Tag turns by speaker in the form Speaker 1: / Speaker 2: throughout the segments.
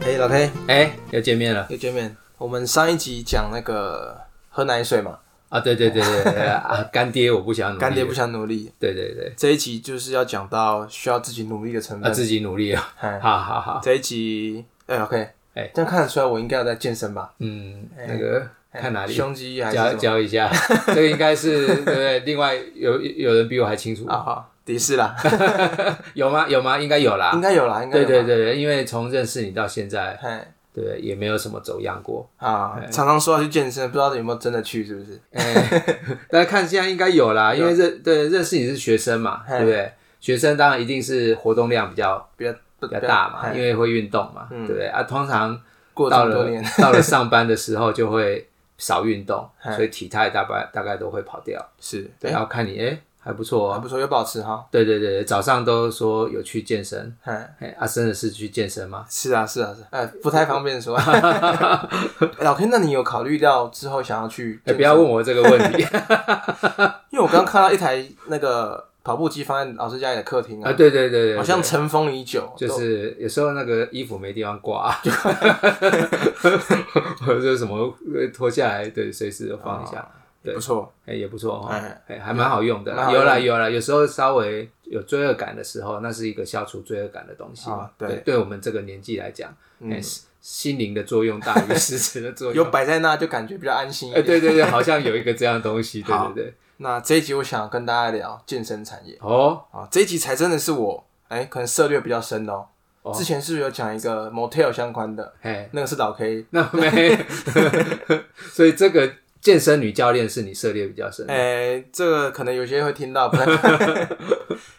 Speaker 1: 嘿、老 K
Speaker 2: 哎，又见面了
Speaker 1: 又见面。我们上一集讲那个喝奶水嘛，
Speaker 2: 啊！对对对对对啊！干爹我不想努力，
Speaker 1: 干爹不，想努力。
Speaker 2: 对对对，
Speaker 1: 这一集就是要讲到需要自己努力的成
Speaker 2: 啊，
Speaker 1: 分。
Speaker 2: 自己努力啊！
Speaker 1: 嗨
Speaker 2: 好好好，
Speaker 1: 这一集，哎、老 K，
Speaker 2: 哎
Speaker 1: 这样看得出来我应该要在健身吧？
Speaker 2: 嗯，那个
Speaker 1: 哎
Speaker 2: 看哪里
Speaker 1: 胸肌还是
Speaker 2: 教
Speaker 1: 什么？
Speaker 2: 教一下，这个应该是对不对？另外有有人比我还清楚，
Speaker 1: 啊好，迪士 啦，
Speaker 2: 有吗？有吗？应该有啦
Speaker 1: 应。该有啦，应该有
Speaker 2: 对
Speaker 1: 啦
Speaker 2: 啊对对对，因为从认识你到现在，
Speaker 1: 嗨
Speaker 2: 对哎也没有什么走样过。
Speaker 1: 啊，常常说要去健身，不知道有没有真的去，是不是？
Speaker 2: 但是看现在应该有啦，因为认对认识你是学生嘛，
Speaker 1: 哎
Speaker 2: 对不对？学生当然一定是活动量比较
Speaker 1: 比较
Speaker 2: 比较大嘛，
Speaker 1: 嗨
Speaker 2: 因为会运动嘛，
Speaker 1: 嗯
Speaker 2: 对不对？啊，通常
Speaker 1: 过
Speaker 2: 到
Speaker 1: 这么多
Speaker 2: 了
Speaker 1: 年，
Speaker 2: 到了上班的时候就会少运动
Speaker 1: 嗨，
Speaker 2: 所以体态大概大概都会跑掉。
Speaker 1: 是，
Speaker 2: 对，然后看你哎、还不错
Speaker 1: 还
Speaker 2: 哦，
Speaker 1: 不错，有保持哈。
Speaker 2: 对对对，早上都说有去健身，
Speaker 1: 嗨
Speaker 2: 哎、啊真的是去健身吗？
Speaker 1: 是啊，是啊，是啊，
Speaker 2: 呃
Speaker 1: 哎、不太方便说。哎 老 K，那你有考虑到之后想要去？
Speaker 2: 哎、不要问我这个问 题
Speaker 1: 因为我刚看到一台那个跑步机放在老师家里的客厅啊，
Speaker 2: 啊！对对对对，
Speaker 1: 好像
Speaker 2: 对
Speaker 1: 尘封已久，
Speaker 2: 就是有时候那个衣服没地方 挂， 或者是什么呃脱下来，对，随时放一
Speaker 1: 哦
Speaker 2: 下，
Speaker 1: 都不错。
Speaker 2: 哎、也不错哦，
Speaker 1: 哎
Speaker 2: 哎、还蛮好用的
Speaker 1: 蛮
Speaker 2: 啦。
Speaker 1: 好用
Speaker 2: 有
Speaker 1: 的
Speaker 2: 啦有啦，有时候稍微有罪恶感的时候，那是一个消除罪恶感的东西嘛。
Speaker 1: 啊对嗯
Speaker 2: 对，对我们这个年纪来讲，哎、心心灵的作用大于实质的作用。
Speaker 1: 有摆在那就感觉比较安心一
Speaker 2: 哎、
Speaker 1: 点。
Speaker 2: 对对对，好像有一个这样的东西，对
Speaker 1: 好
Speaker 2: 对对。
Speaker 1: 那这一集我想跟大家聊健身产业
Speaker 2: 哦，
Speaker 1: 啊，这一集才真的是我哎、可能涉略比较深哦。
Speaker 2: 哦
Speaker 1: 之前是不是有讲一个 motel 相关的？
Speaker 2: 哎，
Speaker 1: 那个是老 K，
Speaker 2: 那 没， 所以这个健身女教练是你涉猎比较深的
Speaker 1: 哎、这个可能有些人会听到，不 太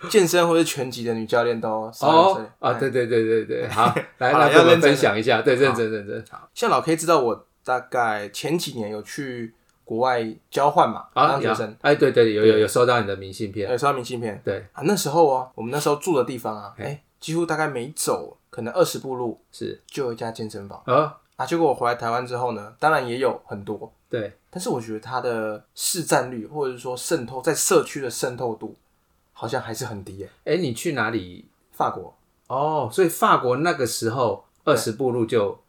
Speaker 1: 健身或是拳击的女教练都少有哎涉
Speaker 2: 哦
Speaker 1: 猎
Speaker 2: 啊，对对对对对， 好，来
Speaker 1: 好了
Speaker 2: 来
Speaker 1: 要
Speaker 2: 跟我
Speaker 1: 认
Speaker 2: 们
Speaker 1: 真
Speaker 2: 分享一下，对，认真认真，
Speaker 1: 像老 K 知道我大概前几年有去国外交换嘛，
Speaker 2: 好，
Speaker 1: 当学
Speaker 2: 有
Speaker 1: 生，
Speaker 2: 哎，对对，有有
Speaker 1: 嗯
Speaker 2: 有收到你的明信片，
Speaker 1: 有收到明信片。
Speaker 2: 对
Speaker 1: 啊，那时候哦，我们那时候住的地方啊，哎、
Speaker 2: 嘿
Speaker 1: 几乎大概每走可能二十步路
Speaker 2: 是
Speaker 1: 就有一家健身房
Speaker 2: 哦，
Speaker 1: 啊。结果我回来台湾之后呢，当然也有很多，
Speaker 2: 对，
Speaker 1: 但是我觉得它的市占率或者是说渗透在社区的渗透度，好像还是很低耶、
Speaker 2: 哎，你去哪里
Speaker 1: 法国
Speaker 2: 哦，所以法国那个时候二十步路就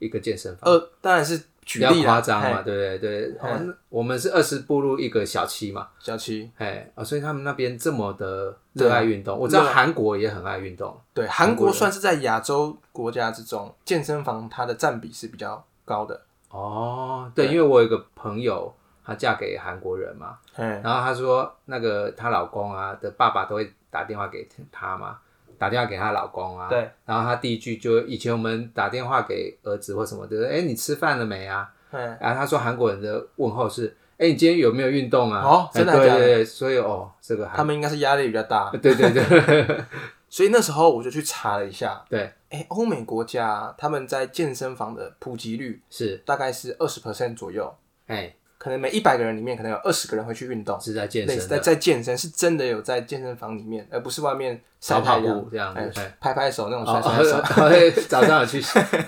Speaker 2: 一个健身房，
Speaker 1: 二呃当然是举
Speaker 2: 比较
Speaker 1: 例啦，
Speaker 2: 夸张嘛，
Speaker 1: 嘿，
Speaker 2: 对不对？对，
Speaker 1: 哎
Speaker 2: 哦，那我们是二十步路一个小七嘛，
Speaker 1: 小七
Speaker 2: 哎，哦，所以他们那边这么的
Speaker 1: 对
Speaker 2: 热
Speaker 1: 啊
Speaker 2: 爱运动，我知道
Speaker 1: 热爱
Speaker 2: 韩国也很爱运动，
Speaker 1: 对，韩国算是在亚洲国家之中，健身房它的占比是比较高的。
Speaker 2: 哦，对，因为我有一个朋友，她嫁给韩国人嘛，
Speaker 1: 嗯，
Speaker 2: 然后她说那个她老公啊的爸爸都会打电话给她嘛。打电话给她老公啊，
Speaker 1: 对，
Speaker 2: 然后她第一句就以前我们打电话给儿子或什么，就是哎你吃饭了没啊？
Speaker 1: 嗯，
Speaker 2: 然后他说韩国人的问候是：哎、你今天有没有运动啊？
Speaker 1: 哦真的
Speaker 2: 哎对
Speaker 1: 假的
Speaker 2: 对对，所以哦，这个
Speaker 1: 他
Speaker 2: 韩，
Speaker 1: 们应该是压力比较大，
Speaker 2: 对对对
Speaker 1: 所以那时候我就去查了一下，
Speaker 2: 对，
Speaker 1: 哎，欧美国家他们在健身房的普及率
Speaker 2: 是，
Speaker 1: 大概是二十 percent 左右，
Speaker 2: 哎，
Speaker 1: 可能每一百个人里面可能有二十个人会去运动，
Speaker 2: 是在健
Speaker 1: 类似
Speaker 2: 身
Speaker 1: 在
Speaker 2: 的，
Speaker 1: 在健身是真的有在健身房里面，而不是外面晒
Speaker 2: 少
Speaker 1: 太
Speaker 2: 跑
Speaker 1: 阳
Speaker 2: 步这样
Speaker 1: 哎
Speaker 2: 子。哎
Speaker 1: 拍拍手那种
Speaker 2: 哦
Speaker 1: 甩 甩手。
Speaker 2: 哦，哦早上有去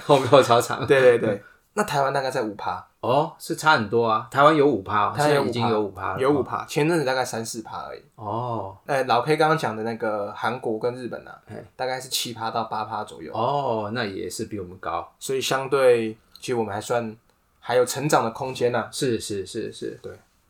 Speaker 2: 后后操 场，
Speaker 1: 对对对，那台湾大概在五趴，
Speaker 2: 哦，是差很多啊。台湾有五趴哦，
Speaker 1: 台
Speaker 2: 现
Speaker 1: 湾有
Speaker 2: 在已经有五趴了，
Speaker 1: 有五趴，前阵子大概三四趴而已。
Speaker 2: 哦
Speaker 1: 呃，老 K 刚刚讲的那个韩国跟日本啊
Speaker 2: 嘿，
Speaker 1: 大概是七趴到八趴左右，
Speaker 2: 哦，那也是比我们高，
Speaker 1: 所以相对其实我们还算还有成长的空间呐、
Speaker 2: 是是是是，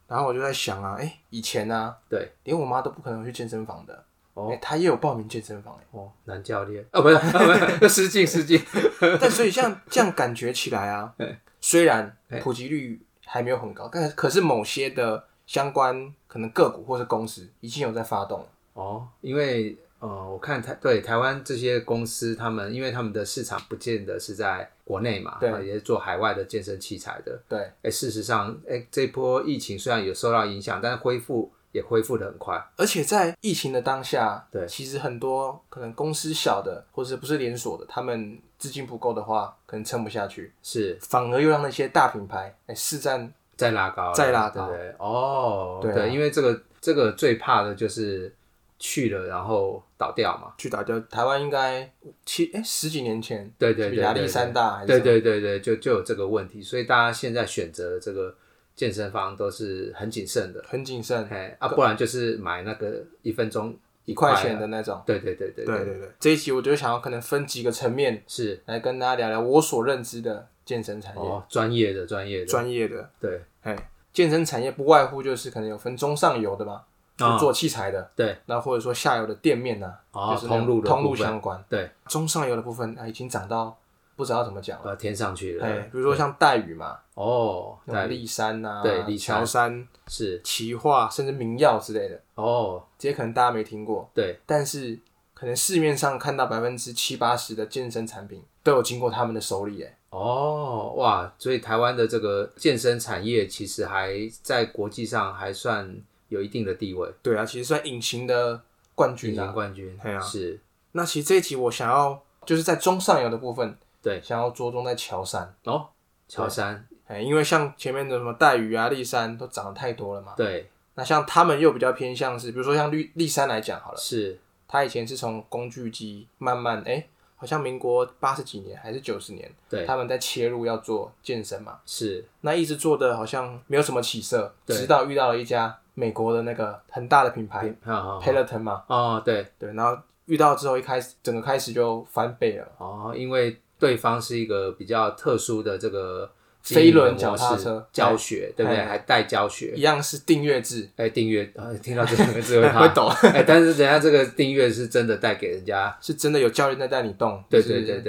Speaker 1: 然后我就在想啊，哎、以前啊，
Speaker 2: 对，
Speaker 1: 连我妈都不可能会去健身房的，
Speaker 2: 哦
Speaker 1: 诶她也有报名健身房哎、
Speaker 2: 哦，男教练哦，不是 不是，失敬失敬，
Speaker 1: 但所以像这样感觉起来啊
Speaker 2: 嘿，
Speaker 1: 虽然
Speaker 2: 嘿
Speaker 1: 普及率还没有很高，但可是某些的相关可能个股或是公司已经有在发动了，
Speaker 2: 哦，因为呃，我看台对台湾这些公司，他们因为他们的市场不见得是在国内嘛，
Speaker 1: 对
Speaker 2: 啊也是做海外的健身器材的。
Speaker 1: 对，
Speaker 2: 哎，事实上，哎，这波疫情虽然有受到影响，但恢复也恢复的很快。
Speaker 1: 而且在疫情的当下，
Speaker 2: 对
Speaker 1: 其实很多可能公司小的或者不是连锁的，他们资金不够的话，可能撑不下去，
Speaker 2: 是
Speaker 1: 反而又让那些大品牌哎市占
Speaker 2: 再拉高了，
Speaker 1: 再拉高
Speaker 2: 对不对？哦，
Speaker 1: 对啊
Speaker 2: 因为这个这个最怕的就是去了然后倒掉嘛。
Speaker 1: 去打掉。台湾应该七哎十几年前，
Speaker 2: 对对
Speaker 1: 比
Speaker 2: 对
Speaker 1: 亚历山大还是
Speaker 2: 对
Speaker 1: 什么
Speaker 2: 对对对，就就有这个问题，所以大家现在选择这个健身房都是很谨慎的。
Speaker 1: 很谨慎，
Speaker 2: 哎，啊，不然就是买那个一分钟
Speaker 1: 一块钱的那种。
Speaker 2: 对对对对
Speaker 3: 对对对，
Speaker 1: 这一集我就想要可能分几个层面
Speaker 2: 是
Speaker 1: 来跟大家聊聊我所认知的健身产业。
Speaker 2: 哦，专业的专业的
Speaker 3: 专业的，
Speaker 2: 对
Speaker 3: 哎，
Speaker 1: 健身产业不外乎就是可能有分中上游的嘛，
Speaker 2: 啊
Speaker 1: 就做器材的，
Speaker 2: 对，
Speaker 1: 那或者说下游的店面呐、
Speaker 2: 哦
Speaker 1: 就是那种
Speaker 2: 通路的
Speaker 1: 通
Speaker 2: 部
Speaker 1: 路
Speaker 2: 分
Speaker 1: 相关。
Speaker 2: 对，
Speaker 1: 中上游的部分啊，已经涨到不知道怎么讲了。
Speaker 2: 呃，填上去
Speaker 1: 哎，
Speaker 2: 了
Speaker 1: 比如说像带鱼嘛，
Speaker 2: 哦，
Speaker 1: 那种
Speaker 2: 对
Speaker 1: 立山呐、
Speaker 2: 对立山
Speaker 1: 乔山、
Speaker 2: 是
Speaker 1: 旗化，甚至名药之类的，
Speaker 2: 哦，
Speaker 1: 这些可能大家没听过，
Speaker 2: 对
Speaker 1: 但是可能市面上看到百分之七八十的健身产品都有经过他们的手里，哎，
Speaker 2: 哦哇，所以台湾的这个健身产业其实还在国际上还算有一定的地位，
Speaker 1: 对啊，其实算隐形的冠
Speaker 2: 举
Speaker 1: 军
Speaker 2: 年
Speaker 1: 啊。
Speaker 2: 冠军
Speaker 3: 对啊
Speaker 2: 是
Speaker 1: 那其实这一集我想要就是在中上游的部分，
Speaker 2: 对
Speaker 1: 想要着重在乔山，
Speaker 2: 哦，乔山
Speaker 1: 哎，因为像前面的什么带鱼啊、立山都涨得太多了嘛。
Speaker 2: 对
Speaker 1: 那像他们又比较偏向是，比如说像绿立山来讲好了，
Speaker 2: 是
Speaker 1: 他以前是从工具机慢慢哎、好像民国八十几年还是九十年，
Speaker 2: 对
Speaker 1: 他们在切入要做健身嘛，
Speaker 2: 是
Speaker 1: 那一直做的好像没有什么起色，
Speaker 2: 对
Speaker 1: 直到遇到了一家美国的那个很大的品牌
Speaker 2: 啊
Speaker 1: Peloton 嘛，
Speaker 2: 哦对
Speaker 1: 对，然后遇到之后一开始整个开始就翻倍了，
Speaker 2: 哦，因为对方是一个比较特殊的这个
Speaker 1: 飞
Speaker 2: 经营的
Speaker 1: 轮脚
Speaker 2: 模
Speaker 1: 踏
Speaker 2: 式
Speaker 1: 车
Speaker 2: 教学，对不对？
Speaker 1: 哎
Speaker 2: 还带教学
Speaker 1: 一，样是订阅制，
Speaker 2: 哎，订阅，呃听到这两个 字会怕
Speaker 1: 会抖，
Speaker 2: 哎，但是人家这个订阅是真的带给人家，
Speaker 1: 是真的有教练在带你动，
Speaker 2: 对
Speaker 1: 不是
Speaker 2: 对对，对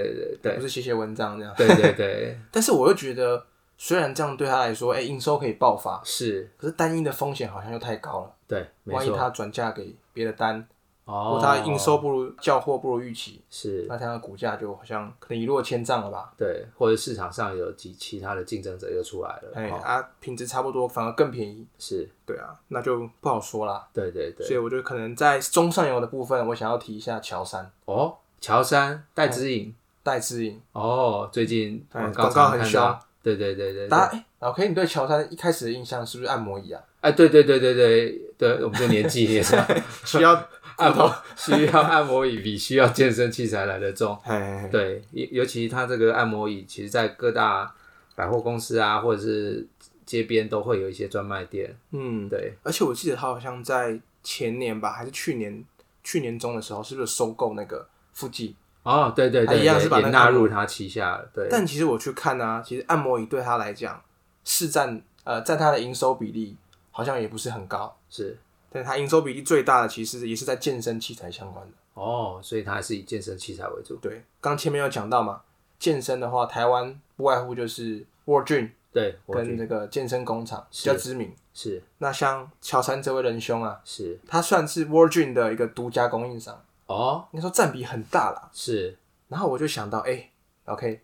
Speaker 2: 对
Speaker 1: 不
Speaker 2: 对
Speaker 1: 是写写文章这样，
Speaker 2: 对对对，
Speaker 1: 但是我又觉得。虽然这样对他来说，哎、营收可以爆发，
Speaker 2: 是，
Speaker 1: 可是单一的风险好像又太高了。
Speaker 2: 对，没
Speaker 1: 万一
Speaker 2: 错，
Speaker 1: 他转嫁给别的单，
Speaker 2: 哦
Speaker 1: 或他营收不如交货不如预期，
Speaker 2: 是，
Speaker 1: 那他的股价就好像可能一落千丈了吧？
Speaker 2: 对，或者市场上有其其他的竞争者又出来了，
Speaker 1: 哎、
Speaker 2: 哦
Speaker 1: 啊，品质差不多，反而更便宜。
Speaker 2: 是，
Speaker 1: 对啊，那就不好说啦。
Speaker 2: 对对对，
Speaker 1: 所以我就可能在中上游的部分，我想要提一下乔山、
Speaker 2: 哦，乔山戴
Speaker 1: 哎
Speaker 2: 之颖，
Speaker 1: 戴志颖。
Speaker 2: 哦，最近
Speaker 3: 哎
Speaker 2: 广
Speaker 1: 广告
Speaker 2: 常
Speaker 1: 很
Speaker 2: 看
Speaker 1: 凶
Speaker 2: 到，对对对对，
Speaker 1: 大
Speaker 2: 对
Speaker 1: 家哎、老 K，你对乔山一开始的印象是不是按摩椅啊？
Speaker 2: 哎，对对对对对对，我们这年纪 也是
Speaker 3: 需要，
Speaker 2: 按摩需要按摩椅比需要健身器材来的重。
Speaker 3: 哎，
Speaker 2: 对，尤尤其它这个按摩椅，其实在各大百货公司啊，或者是街边都会有一些专卖店。
Speaker 1: 嗯，
Speaker 2: 对，
Speaker 1: 而且我记得他好像在前年吧，还是去年去年中的时候，是不是收购那个附近？
Speaker 2: 哦，对对
Speaker 1: 它
Speaker 2: 对，
Speaker 1: 啊一样
Speaker 2: 对
Speaker 1: 是把
Speaker 2: 也
Speaker 1: 那个
Speaker 2: 纳
Speaker 1: 按摩
Speaker 2: 入它旗下了。对，
Speaker 1: 但其实我去看啊，其实按摩椅对他来讲是占呃占他的营收比例好像也不是很高，
Speaker 2: 是
Speaker 1: 但他营收比例最大的其实也是在健身器材相关的。
Speaker 2: 哦，所以它还是以健身器材为主。
Speaker 1: 对，刚前面有讲到嘛，健身的话，台湾不外乎就是 World Gym
Speaker 2: 对，我觉
Speaker 1: 跟
Speaker 2: 得
Speaker 1: 那个健身工厂比较知名。
Speaker 2: 是
Speaker 1: 那像乔山这位仁兄啊，
Speaker 2: 是
Speaker 1: 他算是 World Gym 的一个独家供应商，
Speaker 2: 哦
Speaker 1: 应该说占比很大啦。
Speaker 2: 是
Speaker 1: 然后我就想到，哎、o k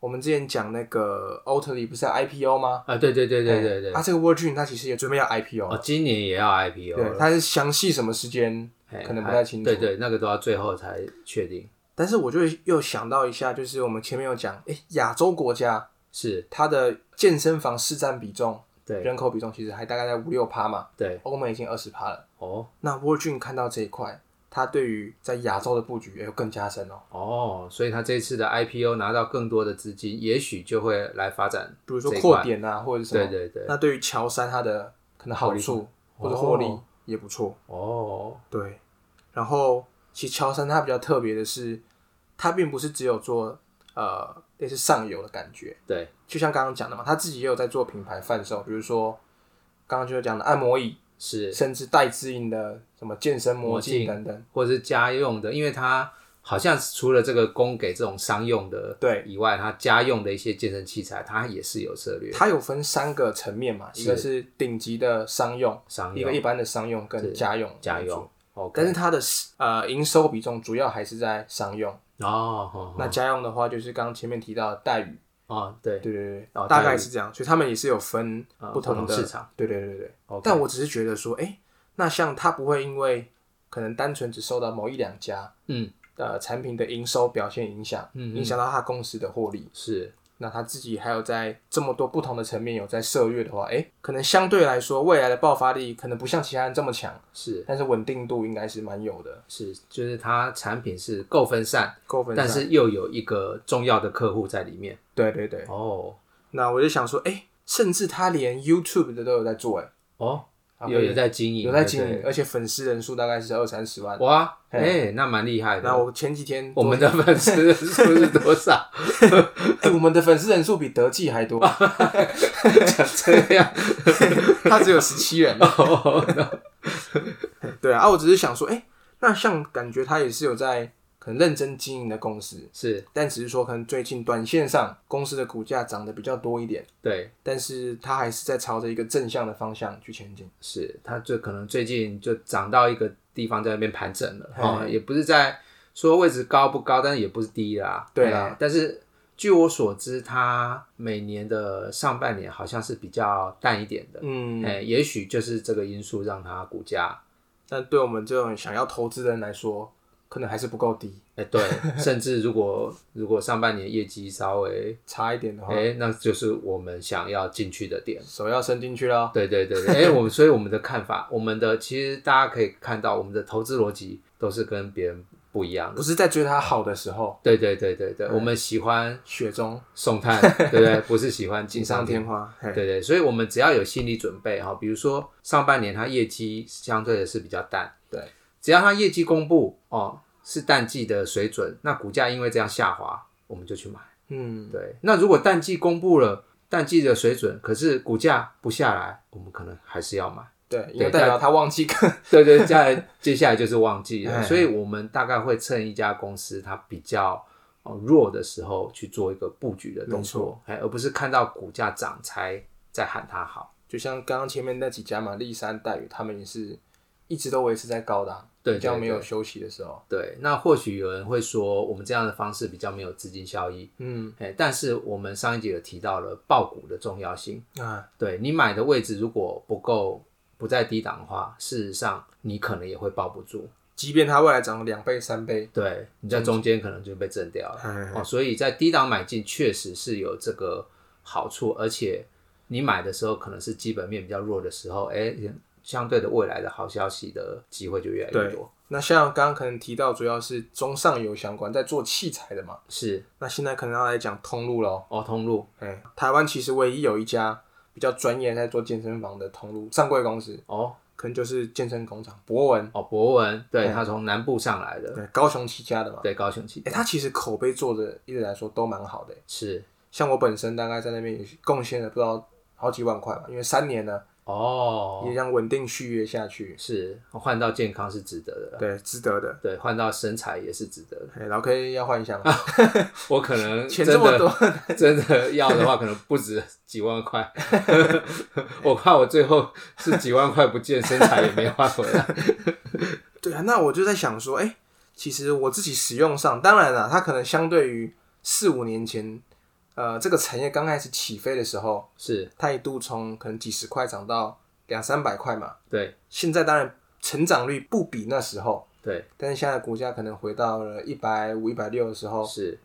Speaker 1: 我们之前讲那个 Oatly 不是要 IPO 吗？
Speaker 2: 啊，对对对对对对
Speaker 1: 啊，，这个 Virgin 它其实也准备要
Speaker 2: 哦，
Speaker 1: IPO，
Speaker 2: 今年也要 IPO
Speaker 1: 对，
Speaker 2: 了，
Speaker 1: 它是详细什么时间
Speaker 2: 哎
Speaker 1: 可能不
Speaker 2: 还
Speaker 1: 太清楚。
Speaker 2: 对对，那个都要最后才确定。
Speaker 1: 但是我就又想到一下，就是我们前面有讲，哎，亚洲国家
Speaker 2: 是
Speaker 1: 它的健身房市占比重、
Speaker 2: 对
Speaker 1: 人口比重其实还大概在五六趴嘛，
Speaker 2: 对
Speaker 1: 欧美已经二十趴了。
Speaker 2: 哦
Speaker 1: 那 Virgin 看到这一块，它对于在亚洲的布局也有更加深哦。
Speaker 2: 哦，所以它这次的 IPO 拿到更多的资金，也许就会来发展
Speaker 1: 比如说
Speaker 2: 这一
Speaker 1: 扩
Speaker 2: 块。
Speaker 1: 点啊，或者是什
Speaker 2: 对
Speaker 1: 么。
Speaker 2: 对对，
Speaker 1: 那对于乔山它的可能好处或者获利
Speaker 2: 哦
Speaker 1: 也不错。
Speaker 2: 哦，
Speaker 1: 对，然后其实乔山它比较特别的是，它并不是只有做呃类似上游的感觉，
Speaker 2: 对，
Speaker 1: 就像刚刚讲的嘛，他自己也有在做品牌贩售，比如说刚刚就讲的按摩椅，
Speaker 2: 是，
Speaker 1: 甚至带自印的什么健身魔
Speaker 2: 魔镜
Speaker 1: 镜等等。
Speaker 2: 或者是家用的，因为它好像除了这个供给这种商用的
Speaker 1: 对
Speaker 2: 以外，它家用的一些健身器材，它也是有策略
Speaker 1: 它有分三个层面嘛，一个是顶级的商用，
Speaker 2: 商
Speaker 1: 一个
Speaker 2: 用
Speaker 1: 一般的商用
Speaker 2: 是
Speaker 1: 跟家用为主
Speaker 2: 家用。
Speaker 1: 但
Speaker 2: ，OK，
Speaker 1: 是它的呃营收比重主要还是在商用，
Speaker 2: 哦，哦
Speaker 1: 那家用的话就是刚刚前面提到的带鱼，
Speaker 2: 哦，对，
Speaker 1: 对对对，
Speaker 2: 哦
Speaker 1: 大
Speaker 2: 大
Speaker 1: 概
Speaker 2: 概
Speaker 1: 是这样，所以他们也是有分
Speaker 2: 啊
Speaker 1: 不同
Speaker 2: 不
Speaker 1: 的、
Speaker 2: 同市场。
Speaker 1: 对对对对对
Speaker 2: OK。
Speaker 1: 但我只是觉得说，哎、那像他不会因为可能单纯只受到某一两家
Speaker 2: 嗯
Speaker 1: 呃产品的营收表现影响，
Speaker 2: 嗯嗯
Speaker 1: 影响到他公司的获利，
Speaker 2: 是，
Speaker 1: 那他自己还有在这么多不同的层面有在涉略的话，哎、可能相对来说未来的爆发力可能不像其他人这么强，
Speaker 2: 是
Speaker 1: 但是稳定度应该是蛮有的，
Speaker 2: 是，就是它产品是够分散，
Speaker 1: 够分散。
Speaker 2: 但是又有一个重要的客户在里面。
Speaker 1: 对对对，
Speaker 2: 哦
Speaker 1: 那我就想说，哎、甚至他连 YouTube 的都有在做、诶哎。
Speaker 2: 哦，
Speaker 1: 咖
Speaker 2: 有
Speaker 1: 啡
Speaker 2: 有在经营，
Speaker 1: 有在
Speaker 2: 对
Speaker 1: 经
Speaker 2: 不对
Speaker 1: 营，而且粉丝人数大概是二三十万。
Speaker 2: 哇，
Speaker 1: 嘿
Speaker 2: 哎、那蛮厉害的。
Speaker 1: 然后我前几天
Speaker 2: 我们的粉 丝数是多少？
Speaker 1: 哎我们的粉丝人数比德记还多，
Speaker 2: 这样哦
Speaker 1: 他只有十七人。对啊，啊我只是想说，哎、那像感觉他也是有在可能认真经营的公司，
Speaker 2: 是
Speaker 1: 但只是说可能最近短线上公司的股价涨得比较多一点，
Speaker 2: 对，
Speaker 1: 但是他还是在朝着一个正向的方向去前进。
Speaker 2: 是他最可能最近就涨到一个地方，在那边盘整了
Speaker 1: 嘿
Speaker 2: 哦，也不是在说位置高不高，但是也不是低啦。
Speaker 1: 对啊
Speaker 2: 啊，但是据我所知，他每年的上半年好像是比较淡一点的。
Speaker 1: 嗯，
Speaker 2: 哎、也许就是这个因素让他股价，
Speaker 1: 但对我们这种想要投资的人来说，可能还是不够低，
Speaker 2: 哎、对，甚至如果如果上半年业绩稍微，
Speaker 1: 差一点的话，
Speaker 2: 哎、那就是我们想要进去的点。
Speaker 1: 手要伸进去了。
Speaker 2: 对对对，对哎、我们所以我们的看法，我们的其实大家可以看到，我们的投资逻辑都是跟别人不一样的。
Speaker 1: 不是在追它好的时候，
Speaker 2: 对对对对对，我们喜欢
Speaker 1: 雪中
Speaker 2: 送炭，对不对？不是喜欢锦
Speaker 1: 锦
Speaker 2: 上
Speaker 1: 上
Speaker 2: 添
Speaker 1: 添花。嘿
Speaker 2: 花。对对，所以我们只要有心理准备哈，比如说上半年它业绩相对的是比较淡，
Speaker 1: 对，
Speaker 2: 只要它业绩公布哦是淡季的水准，那股价因为这样下滑，我们就去买。
Speaker 1: 嗯，
Speaker 2: 对，那如果淡季公布了淡季的水准，可是股价不下来，我们可能还是要买。
Speaker 1: 对，因为代表他忘记看。
Speaker 2: 对对，接下来接下来就是旺季了，
Speaker 1: 哎
Speaker 2: 所以我们大概会趁一家公司它比较呃弱的时候去做一个布局的动
Speaker 1: 没
Speaker 2: 作，哎，而不是看到股价涨才在喊它好。
Speaker 1: 就像刚刚前面那几家嘛，立山、戴宇，他们也是一直都维持在高档，
Speaker 2: 对
Speaker 1: 比较
Speaker 2: 对
Speaker 1: 没有
Speaker 2: 对
Speaker 1: 休息的时候。
Speaker 2: 对，那或许有人会说，我们这样的方式比较没有资金效益，
Speaker 1: 嗯
Speaker 2: 哎，但是我们上一集有提到了爆股的重要性，
Speaker 1: 啊，
Speaker 2: 对你买的位置如果不够不在低档的话，事实上你可能也会抱不住，
Speaker 1: 即便它未来涨两倍、三倍，
Speaker 2: 对，你在中间可能就被震掉了。
Speaker 1: 嗯，
Speaker 2: 哦，所以在低档买进确实是有这个好处，而且你买的时候可能是基本面比较弱的时候，哎、相对的未来的好消息的机会就越来越
Speaker 1: 对
Speaker 2: 多。。
Speaker 1: 那像刚刚可能提到，主要是中上游相关，在做器材的嘛。
Speaker 2: 是
Speaker 1: 那现在可能要来讲通路喽。
Speaker 2: 哦，通路
Speaker 1: 哎，台湾其实唯一有一家比较专业在做健身房的通路上柜公司，
Speaker 2: 哦
Speaker 1: 可能就是健身工厂博文，
Speaker 2: 哦，博文对
Speaker 1: 嗯
Speaker 2: 他从南部上来的，
Speaker 1: 对，高雄起家的嘛。
Speaker 2: 对高雄起
Speaker 1: 哎、它其实口碑做的一直来说都蛮好的、
Speaker 2: 是
Speaker 1: 像我本身大概在那边也贡献了不知道好几万块吧，因为三年了，
Speaker 2: 哦
Speaker 1: 也想稳定续约下去，
Speaker 2: 是换到健康是值得的啦，
Speaker 1: 对，值得的。
Speaker 2: 对换到身材也是值得的。
Speaker 1: 哎，老 K 要换一下吗？
Speaker 2: 我可能
Speaker 1: 钱
Speaker 2: 啊真
Speaker 1: 这么
Speaker 2: 的
Speaker 1: 多，
Speaker 2: 真的要的话，可能不止几万块。 我怕我最后是几万块不见，身材也没换回来。
Speaker 1: 对啊，那我就在想说，哎、其实我自己使用上，当然了，它可能相对于四五年前，呃，这个产业刚开始起飞的时候，
Speaker 2: 是
Speaker 1: 它一度从可能几十块涨到两三百块嘛，
Speaker 2: 对
Speaker 1: 现在当然成长率不比那时候，
Speaker 2: 对
Speaker 1: 但是现在股价可能回到了一百五、一百六的时候，
Speaker 2: 是，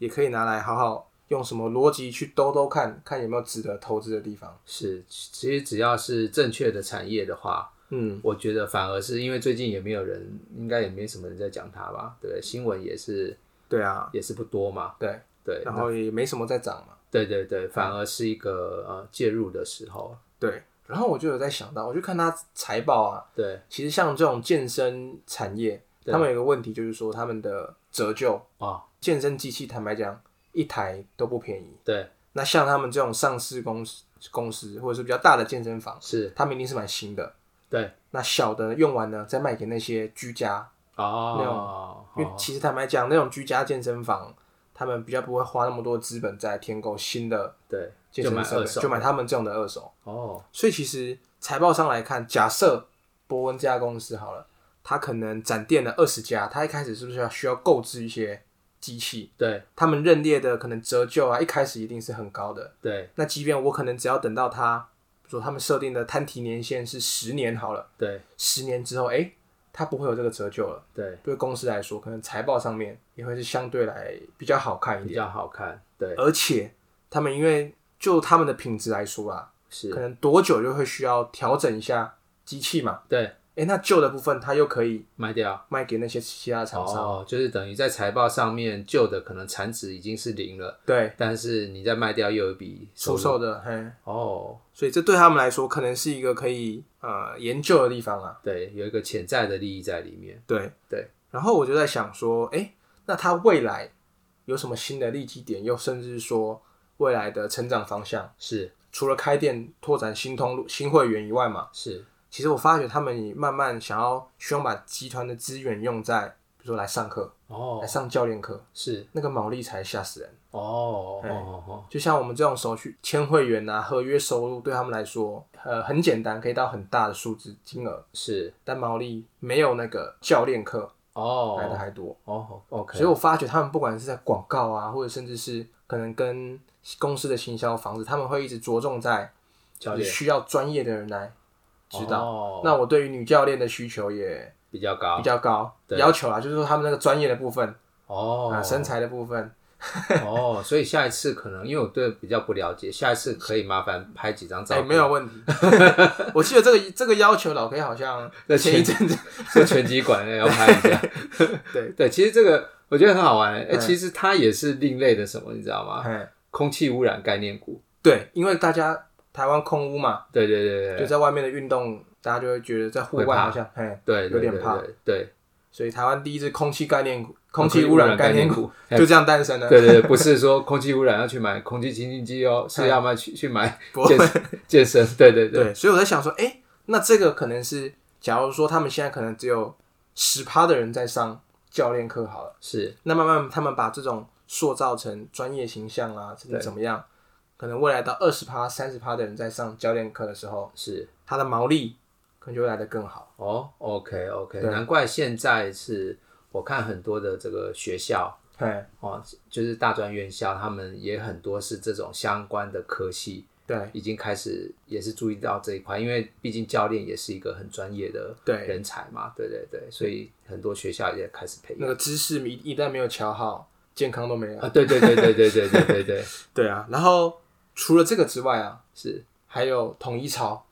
Speaker 1: 也可以拿来好好用什么逻辑去兜兜看看有没有值得投资的地方。
Speaker 2: 是，其实只要是正确的产业的话，
Speaker 1: 嗯，
Speaker 2: 我觉得反而是因为最近也没有人，应该也没什么人在讲它吧，对不对？新闻也是
Speaker 1: 对啊，
Speaker 2: 也是不多嘛，
Speaker 1: 对，嗯
Speaker 2: 对
Speaker 1: 然后也没什么在涨嘛，
Speaker 2: 对对对，反而是一个呃介入的时候，
Speaker 1: 对。然后我就有在想到，我就看它财报啊，
Speaker 2: 对
Speaker 1: 其实像这种健身产业，
Speaker 2: 对
Speaker 1: 他们有个问题就是说他们的折旧，
Speaker 2: 哦
Speaker 1: 健身机器坦白讲一台都不便宜。
Speaker 2: 对
Speaker 1: 那像他们这种上市公司公司或者是比较大的健身房，
Speaker 2: 是，
Speaker 1: 他们一定是买新的。
Speaker 2: 对
Speaker 1: 那小的用完呢，再卖给那些居家，
Speaker 2: 哦，
Speaker 1: 因为
Speaker 2: 哦
Speaker 1: 其实坦白讲，那种居家健身房，他们比较不会花那么多资本在添购新的
Speaker 2: 对，
Speaker 1: 健
Speaker 2: 就买
Speaker 1: 身设
Speaker 2: 二
Speaker 1: 备，
Speaker 2: 手
Speaker 1: 就买他们这种的二手。
Speaker 2: 哦，
Speaker 1: 所以其实财报上来看，假设博文这家公司好了，它可能展店了二十家，它一开始是不是要需要购置一些机器？
Speaker 2: 对
Speaker 1: 他们认列的可能折旧啊，一开始一定是很高的。
Speaker 2: 对
Speaker 1: 那即便我可能只要等到它，比如说他们设定的摊提年限是十年好了，
Speaker 2: 对
Speaker 1: 十年之后，诶，它不会有这个折旧了。
Speaker 2: 对，
Speaker 1: 对公司来说，可能财报上面也会是相对来比较好看一
Speaker 2: 比
Speaker 1: 点，
Speaker 2: 较好看，对
Speaker 1: 而且他们因为就他们的品质来说啦，
Speaker 2: 是
Speaker 1: 可，能多久就会需要调整一下机器嘛？
Speaker 2: 对
Speaker 1: 哎，那旧的部分它又可以
Speaker 2: 卖掉。
Speaker 1: 卖给那些其他厂商，
Speaker 2: 哦，就是等于在财报上面旧的可能产值已经是零了，
Speaker 1: 对，
Speaker 2: 但是你再卖掉又有一笔
Speaker 1: 出
Speaker 2: 收入。
Speaker 1: 售的，嘿，
Speaker 2: 哦，
Speaker 1: 所以这对他们来说可能是一个可以呃研究的地方啊，
Speaker 2: 对，有一个潜在的利益在里面。
Speaker 1: 对
Speaker 2: 对。
Speaker 1: 然后我就在想说，哎、那它未来有什么新的利基点，又甚至说未来的成长方向，
Speaker 2: 是
Speaker 1: 除了开店拓展新通路、新会员以外嘛，
Speaker 2: 是，
Speaker 1: 其实我发觉他们也慢慢想要希望把集团的资源用在，比如说来上课，
Speaker 2: 哦
Speaker 1: 来上教练课，
Speaker 2: 是，
Speaker 1: 那个毛利才吓死人。
Speaker 2: 哦哦
Speaker 1: 哎
Speaker 2: 哦哦，
Speaker 1: 就像我们这种手续签会员啊，合约收入对他们来说，呃，很简单，可以到很大的数字金额，
Speaker 2: 是
Speaker 1: 但毛利没有那个教练课来的
Speaker 2: 哦
Speaker 1: 还多。
Speaker 2: 哦，OK，
Speaker 1: 所以我发觉他们不管是在广告啊，或者甚至是可能跟公司的行销房子，他们会一直着重在
Speaker 2: 教
Speaker 1: 就是
Speaker 2: 练
Speaker 1: 需要专业的人来指导。
Speaker 2: 哦
Speaker 1: 那我对于女教练的需求也
Speaker 2: 比较高
Speaker 1: 比较高，
Speaker 2: 啊对
Speaker 1: 要求啦，就是说他们那个专业的部分
Speaker 2: 哦
Speaker 1: 啊，身材的部分，
Speaker 2: 哦，所以下一次可能因为我对比较不了解，下一次可以麻烦拍几张照
Speaker 1: 哎，
Speaker 2: 片。
Speaker 1: 没有问 题。我记得这个这个要求老 K 好像
Speaker 2: 在
Speaker 1: 前一
Speaker 2: 前
Speaker 1: 阵子
Speaker 2: 这拳击馆也要拍一 下。
Speaker 1: 对
Speaker 2: 对，其实这个我觉得很好玩。哎、
Speaker 1: 嗯
Speaker 2: 其实它也是另类的什么，你知道吗？
Speaker 1: 哎，
Speaker 2: 空气污染概念股。
Speaker 1: 对，因为大家台湾空屋嘛，
Speaker 2: 对对对
Speaker 1: 就
Speaker 2: 对
Speaker 1: 在外面的运动，大家就会觉得在户
Speaker 2: 会
Speaker 1: 外
Speaker 2: 怕
Speaker 1: 好像，哎，
Speaker 2: 对，对
Speaker 1: 有点怕。
Speaker 2: 对对对，
Speaker 1: 所以台湾第一支空气概念股、空
Speaker 2: 空
Speaker 1: 气
Speaker 2: 气
Speaker 1: 污
Speaker 2: 污
Speaker 1: 染
Speaker 2: 染
Speaker 1: 概
Speaker 2: 概
Speaker 1: 念
Speaker 2: 念
Speaker 1: 股
Speaker 2: 股
Speaker 1: 就这样诞生了。
Speaker 2: 对对对，不是说空气污染要去买空气清净机哦，是要么去去买
Speaker 1: 嗯 不会
Speaker 2: 健身健身。对对对，
Speaker 1: 对，所以我在想说，哎、那这个可能是，假如说他们现在可能只有十趴的人在上教练课好了，
Speaker 2: 是
Speaker 1: 那慢慢他们把这种塑造成专业形象啊，怎么
Speaker 2: 对
Speaker 1: 怎么样，可能未来到二十趴、三十趴的人在上教练课的时候，
Speaker 2: 是。
Speaker 1: 他的毛利可能就会来得更好。
Speaker 2: 哦，OK OK，
Speaker 1: 对
Speaker 2: 难怪现在是我看很多的这个学校
Speaker 1: 嘿，
Speaker 2: 哦，就是大专院校，他们也很多是这种相关的科系，
Speaker 1: 对
Speaker 2: 已经开始也是注意到这一块，因为毕竟教练也是一个很专业的
Speaker 1: 对
Speaker 2: 人才嘛，对对对，所以很多学校也开始培
Speaker 1: 那
Speaker 2: 养
Speaker 1: 个知识一一旦没有瞧好，健康都没有。
Speaker 2: 啊，对对对对对对对对对，
Speaker 1: 对啊，然后除了这个之外啊，
Speaker 2: 是
Speaker 1: 还有统一超，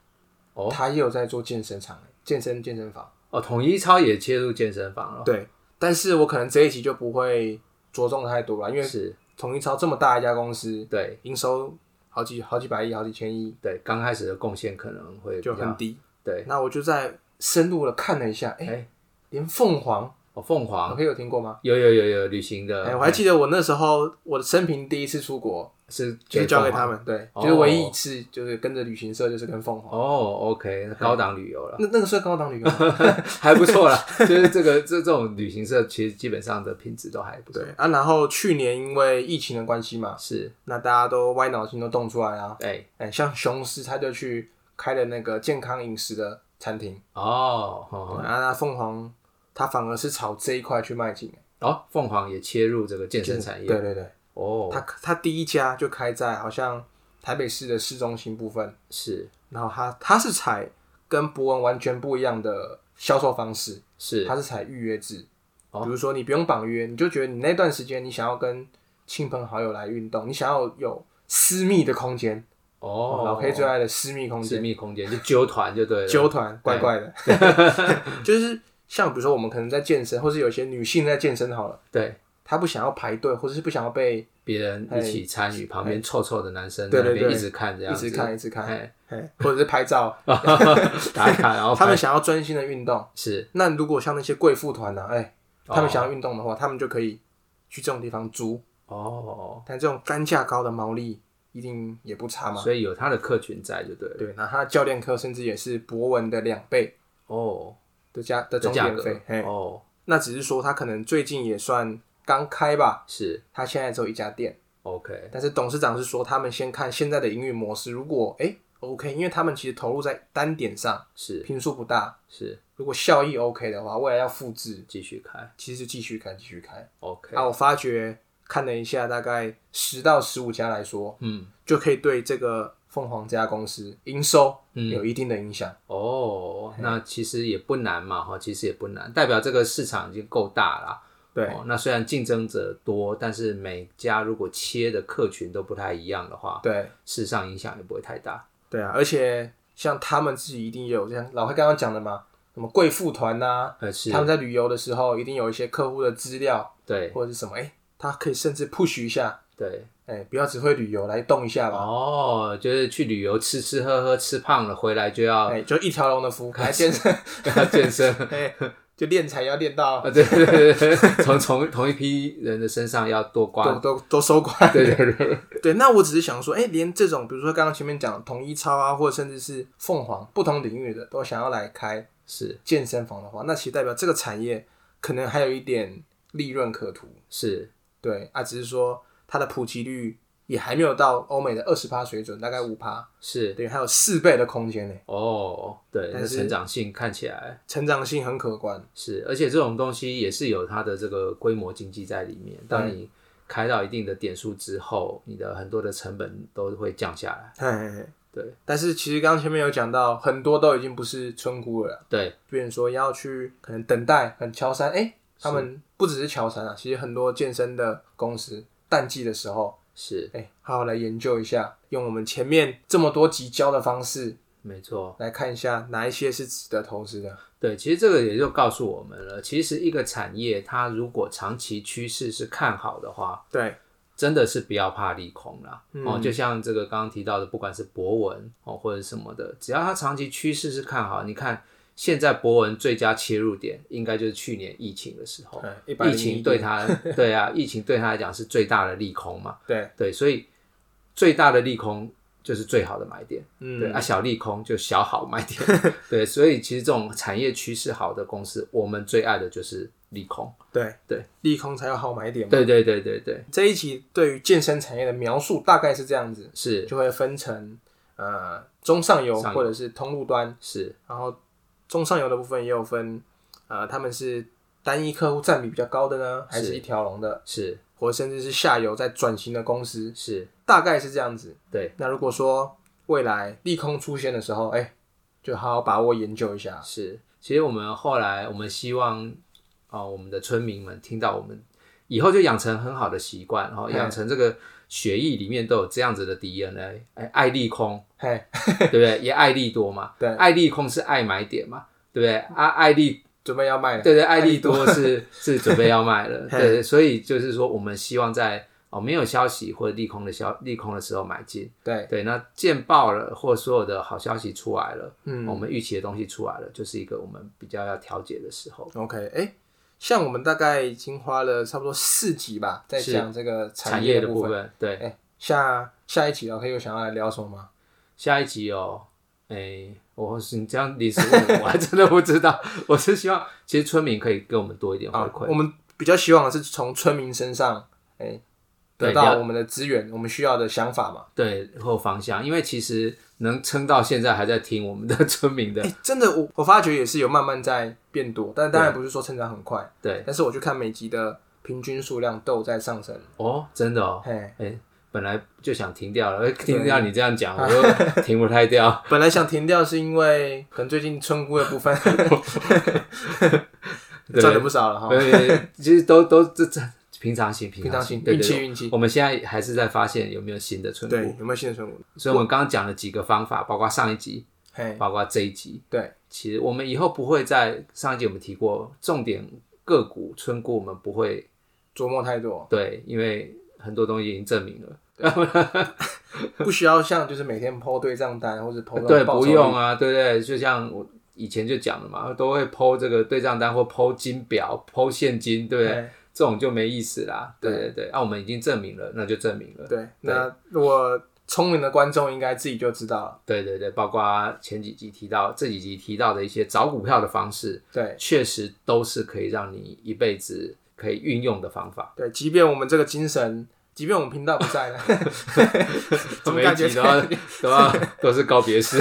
Speaker 2: 哦
Speaker 1: 他也有在做健身场、健身健身房。
Speaker 2: 哦，统一超也切入健身房了，
Speaker 1: 对，但是我可能这一集就不会着重得太多了，因为
Speaker 2: 是，
Speaker 1: 统一超这么大一家公司，
Speaker 2: 对
Speaker 1: 营收好几好几百亿、好几千亿
Speaker 2: 对，刚开始的贡献可能会比
Speaker 1: 就很
Speaker 2: 较
Speaker 1: 低。
Speaker 2: 对，
Speaker 1: 那我就在深入的看了一下，哎、
Speaker 2: 哎，
Speaker 1: 连凤凰，
Speaker 2: 哦，凤
Speaker 1: 老
Speaker 2: 凰
Speaker 1: K 有听过吗？
Speaker 2: 有有有有旅行的
Speaker 1: 哎、，我还记得我那时候我的生平第一次出国，
Speaker 2: 是
Speaker 1: 就是交给他
Speaker 2: 们。
Speaker 1: 们，对，
Speaker 2: 哦
Speaker 1: 就是唯一一次就是跟着旅行社，就是跟凤凰。
Speaker 2: 哦，OK，高档旅游了，
Speaker 1: 那那个算高档旅游吗，
Speaker 2: 还不错啦。 就是这个这这种旅行社，其实基本上的品质都还不错。
Speaker 1: 对啊。然后去年因为疫情的关系嘛，
Speaker 2: 是，
Speaker 1: 那大家都歪脑筋都动出来啦、
Speaker 2: 哎、
Speaker 1: 哎、像雄狮他就去开了那个健康饮食的餐厅，
Speaker 2: 哦，哦，
Speaker 1: 啊，那凤凰他反而是朝这一块去迈进，
Speaker 2: 哦，凤凰也切入这个健身产业。
Speaker 1: 对对对，
Speaker 2: 哦，
Speaker 1: 他他第一家就开在好像台北市的市中心部分，
Speaker 2: 是
Speaker 1: 然后他他是采跟博文完全不一样的销售方式，
Speaker 2: 是
Speaker 1: 它是采预约制，
Speaker 2: 哦
Speaker 1: 比如说你不用绑约，你就觉得你那段时间你想要跟亲朋好友来运动，你想要有私密的空间，
Speaker 2: 哦，
Speaker 1: 老 K 最爱的私密空
Speaker 2: 私
Speaker 1: 间，
Speaker 2: 密空间就揪团就对了。
Speaker 1: 纠团怪怪的， 就是像比如说我们可能在健身，或是有些女性在健身好了，
Speaker 2: 对，
Speaker 1: 她不想要排队，或者是不想要被
Speaker 2: 别人一起参与，旁边臭臭的男生
Speaker 1: 哎对
Speaker 2: 在
Speaker 1: 对
Speaker 2: 那边
Speaker 1: 对
Speaker 2: 一直看这
Speaker 1: 一
Speaker 2: 样子，
Speaker 1: 直看一直看，
Speaker 2: 哎，
Speaker 1: 嘿或者是拍照，
Speaker 2: 打卡，然 后
Speaker 1: 他们
Speaker 2: 哦拍
Speaker 1: 想要专心的运动。
Speaker 2: 是
Speaker 1: 那如果像那些贵妇团呢，哎，
Speaker 2: 哦
Speaker 1: 他们想要运动的话，他们就可以去这种地方租，
Speaker 2: 哦，
Speaker 1: 但这种单价高的毛利一定也不差嘛。
Speaker 2: 所以有他的客群在就对了。
Speaker 1: 啊对，那他的教练课甚至也是博文的两倍
Speaker 2: 哦，
Speaker 1: 的价的
Speaker 2: 的
Speaker 1: 总
Speaker 2: 价
Speaker 1: 点
Speaker 2: 格
Speaker 1: 费。嘿，
Speaker 2: 哦
Speaker 1: 那只是说他可能最近也算刚开吧，
Speaker 2: 是
Speaker 1: 他现在只有一家店，
Speaker 2: OK
Speaker 1: 但是董事长是说他们先看现在的营运模式，如果哎、OK，因为他们其实投入在单点上，
Speaker 2: 是
Speaker 1: 频数不大，
Speaker 2: 是
Speaker 1: 如果效益 OK 的话，未来要复制，
Speaker 2: 继续开
Speaker 1: 其实就继续开，继续开。
Speaker 2: OK
Speaker 1: 啊，我发觉看了一下，大概十到十五家来说，
Speaker 2: 嗯，
Speaker 1: 就可以对这个凤凰这家公司营收
Speaker 2: 嗯
Speaker 1: 有一定的影响。
Speaker 2: 哦，那其实也不难嘛，哈，其实也不难，代表这个市场已经够大啦。
Speaker 1: 对
Speaker 2: 哦，那虽然竞争者多，但是每家如果切的客群都不太一样的话，
Speaker 1: 对
Speaker 2: 事实上影响也不会太大。
Speaker 1: 对啊，而且像他们自己一定也有这样，老黑刚刚讲的嘛，什么贵妇团呐，
Speaker 2: 呃是
Speaker 1: 他，们在旅游的时候一定有一些客户的资料
Speaker 2: 对
Speaker 1: 或者是什么，哎、他可以甚至 push 一下，
Speaker 2: 对，
Speaker 1: 哎、不要只会旅游来动一下吧，
Speaker 2: 哦，就是去旅游吃吃喝喝吃胖了，回来就要
Speaker 1: 哎、就一条龙的 服务，来健身，
Speaker 2: 要健身 啊，
Speaker 1: 哎、就练才要练到
Speaker 2: 对对对对，对从从同一批人的身上要多刮，
Speaker 1: 都都都收官。
Speaker 2: 对对对，
Speaker 1: 对，那我只是想说，哎、连这种比如说刚刚前面讲的统一超啊，或者甚至是凤凰不同领域的都想要来开
Speaker 2: 是
Speaker 1: 健身房的话，那其实代表这个产业可能还有一点利润可图。
Speaker 2: 是，
Speaker 1: 对啊，只是说它的普及率也还没有到欧美的二十趴水准，大概五趴，
Speaker 2: 是
Speaker 1: 等于还有四倍的空间呢，
Speaker 2: 哦，对，
Speaker 1: 但
Speaker 2: 那
Speaker 1: 是
Speaker 2: 成长性看起来
Speaker 1: 成长性很可观。
Speaker 2: 是，而且这种东西也是有它的这个规模经济在里面。当你开到一定的点数之后，你的很多的成本都会降下来。
Speaker 1: 嘿嘿嘿
Speaker 2: 对
Speaker 1: 哎但是其实刚刚前面有讲到，很多都已经不是村姑了啦，
Speaker 2: 对，
Speaker 1: 比如说要去可能等待很乔山，哎、他们不只是乔山啊，其实很多健身的公司淡季的时候，
Speaker 2: 是
Speaker 1: 哎、好好来研究一下，用我们前面这么多集教的方式
Speaker 2: 没错。
Speaker 1: 来看一下哪一些是值得投资的。
Speaker 2: 对，其实这个也就告诉我们了，其实一个产业它如果长期趋势是看好的话，
Speaker 1: 对，
Speaker 2: 真的是不要怕利空啦。
Speaker 1: 嗯
Speaker 2: 哦，就像这个刚刚提到的，不管是博文哦或者什么的，只要它长期趋势是看好，你看现在博文最佳切入点应该就是去年疫情的时候，
Speaker 1: 哦对101
Speaker 2: 疫情对它对啊，疫情对它来讲是最大的利空嘛，
Speaker 1: 对，
Speaker 2: 对，所以最大的利空就是最好的买点，
Speaker 1: 嗯，
Speaker 2: 对啊，小利空就小好买点， 对，所以其实这种产业趋势好的公司，我们最爱的就是利空，
Speaker 1: 对
Speaker 2: 对，
Speaker 1: 利空才有好买点嘛。
Speaker 2: 对对对对对，
Speaker 1: 这一期对于健身产业的描述大概是这样子，
Speaker 2: 是
Speaker 1: 就会分成呃中上游
Speaker 2: 上游
Speaker 1: 或者是通路端，
Speaker 2: 是
Speaker 1: 然后中上游的部分也有分，呃，他们是单一客户占比比较高的呢，还是
Speaker 2: 是
Speaker 1: 一条龙的，
Speaker 2: 是
Speaker 1: 或甚至是下游在转型的公司，
Speaker 2: 是，
Speaker 1: 大概是这样子。
Speaker 2: 对。
Speaker 1: 那如果说未来利空出现的时候，哎、就好好把握研究一下。
Speaker 2: 是，其实我们后来，我们希望啊、呃我们的村民们听到我们以后就养成很好的习惯，然后养
Speaker 1: 嗯
Speaker 2: 成这个血液里面都有这样子的 DNA，哎，爱利空，
Speaker 1: 嘿，
Speaker 2: 对不对？也爱利多嘛，
Speaker 1: 对
Speaker 2: 爱利空是爱买点嘛，对不对？啊，爱利，
Speaker 1: 准备要卖了。
Speaker 2: 对对，爱利多是 是准备要卖了，
Speaker 1: 嘿
Speaker 2: 对，所以就是说，我们希望在哦没有消息或利空的消利空的时候买进，
Speaker 1: 对，
Speaker 2: 对，那见报了或所有的好消息出来了。
Speaker 1: 嗯
Speaker 2: 我们预期的东西出来了，就是一个我们比较要调节的时候。
Speaker 1: OK，哎、像我们大概已经花了差不多四集吧，在
Speaker 2: 是
Speaker 1: 讲这个
Speaker 2: 产
Speaker 1: 业
Speaker 2: 业的
Speaker 1: 部
Speaker 2: 部。分，对，
Speaker 1: 哎、下下一集啊老 K 又想要来聊什么吗？
Speaker 2: 下一集哦，哎，我是你这样临时问我，我还真的不知道。我是希望，其实村民可以给我们多一点回
Speaker 1: 啊，
Speaker 2: 馈，
Speaker 1: 我们比较希望的是从村民身上，哎、
Speaker 2: 对
Speaker 1: 得到
Speaker 2: 了
Speaker 1: 我们的资源，我们需要的想法嘛。
Speaker 2: 对，或方向，因为其实能撑到现在还在听我们的 村民的
Speaker 1: 哎、，真的，我我发觉也是有慢慢在变多，但当然不是说成长很快，
Speaker 2: 对，
Speaker 1: 但是我去看每集的平均数量都有在上升。
Speaker 2: 哦，真的哦，
Speaker 1: 嘿，
Speaker 2: 哎，本来就想停掉了，听到你这样讲，我 又停不太掉。
Speaker 1: 本来想停掉是因为可能最近村姑的部分
Speaker 2: 对
Speaker 1: 赚了不少了哈。
Speaker 2: 对，其实都都这这平常心，平
Speaker 1: 哦平常
Speaker 2: 心，
Speaker 1: 心，
Speaker 2: 对
Speaker 1: 运
Speaker 2: 对
Speaker 1: 气
Speaker 2: 对。哦
Speaker 1: 运气。
Speaker 2: 我们现在还是在发现有没有新的村姑
Speaker 1: 对，，有没有新的村姑？
Speaker 2: 所以我们刚刚讲了几个方法，包括上一集，
Speaker 1: 嘿，
Speaker 2: 包括这一集。
Speaker 1: 对，
Speaker 2: 其实我们以后不会在上一集我们提过，重点个股、村股我们不会
Speaker 1: 琢磨太多，
Speaker 2: 对，因为很多东西已经证明了，
Speaker 1: 不需要像就是每天抛对账单或者抛
Speaker 2: 对，不用啊，对不对？就像我以前就讲了嘛，都会剖这个对账单或剖金表、剖现金，对不对？
Speaker 1: 对
Speaker 2: 这种就没意思啦，对对对。啊，我们已经证明了，那就证明了，
Speaker 1: 对。那我聪明的观众应该自己就知道了，
Speaker 2: 对对对，包括前几集提到、这几集提到的一些找股票的方式，
Speaker 1: 对
Speaker 2: 确实都是可以让你一辈子可以运用的方法。
Speaker 1: 对。即便我们这个精神，即便我们频道不在 了， 怎么
Speaker 2: 每一
Speaker 1: 感觉
Speaker 2: 集都要都要都是告别式。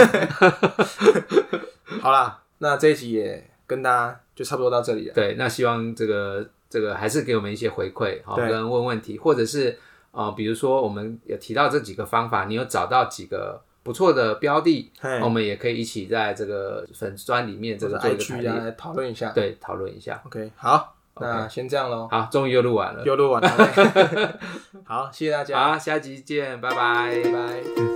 Speaker 1: 好啦，那这一集也跟大家就差不多到这里了。
Speaker 2: 对，那希望这个这个还是给我们一些回馈，好、
Speaker 1: 对
Speaker 2: 跟问问题，或者是呃，比如说我们有提到这几个方法，你有找到几个不错的标的，
Speaker 1: 嘿，
Speaker 2: 我们也可以一起在这个粉砖里面这
Speaker 1: 这
Speaker 2: 个
Speaker 1: 个
Speaker 2: 做一个
Speaker 1: IG
Speaker 2: 排
Speaker 1: 啊，
Speaker 2: 列，
Speaker 1: 来讨论一下。
Speaker 2: 对，讨论一下。
Speaker 1: OK，好，那先这样喽，
Speaker 2: 好，终于又录完了，
Speaker 1: 又录完了。好，谢谢大家，
Speaker 2: 好，下集见，拜拜
Speaker 1: 拜拜。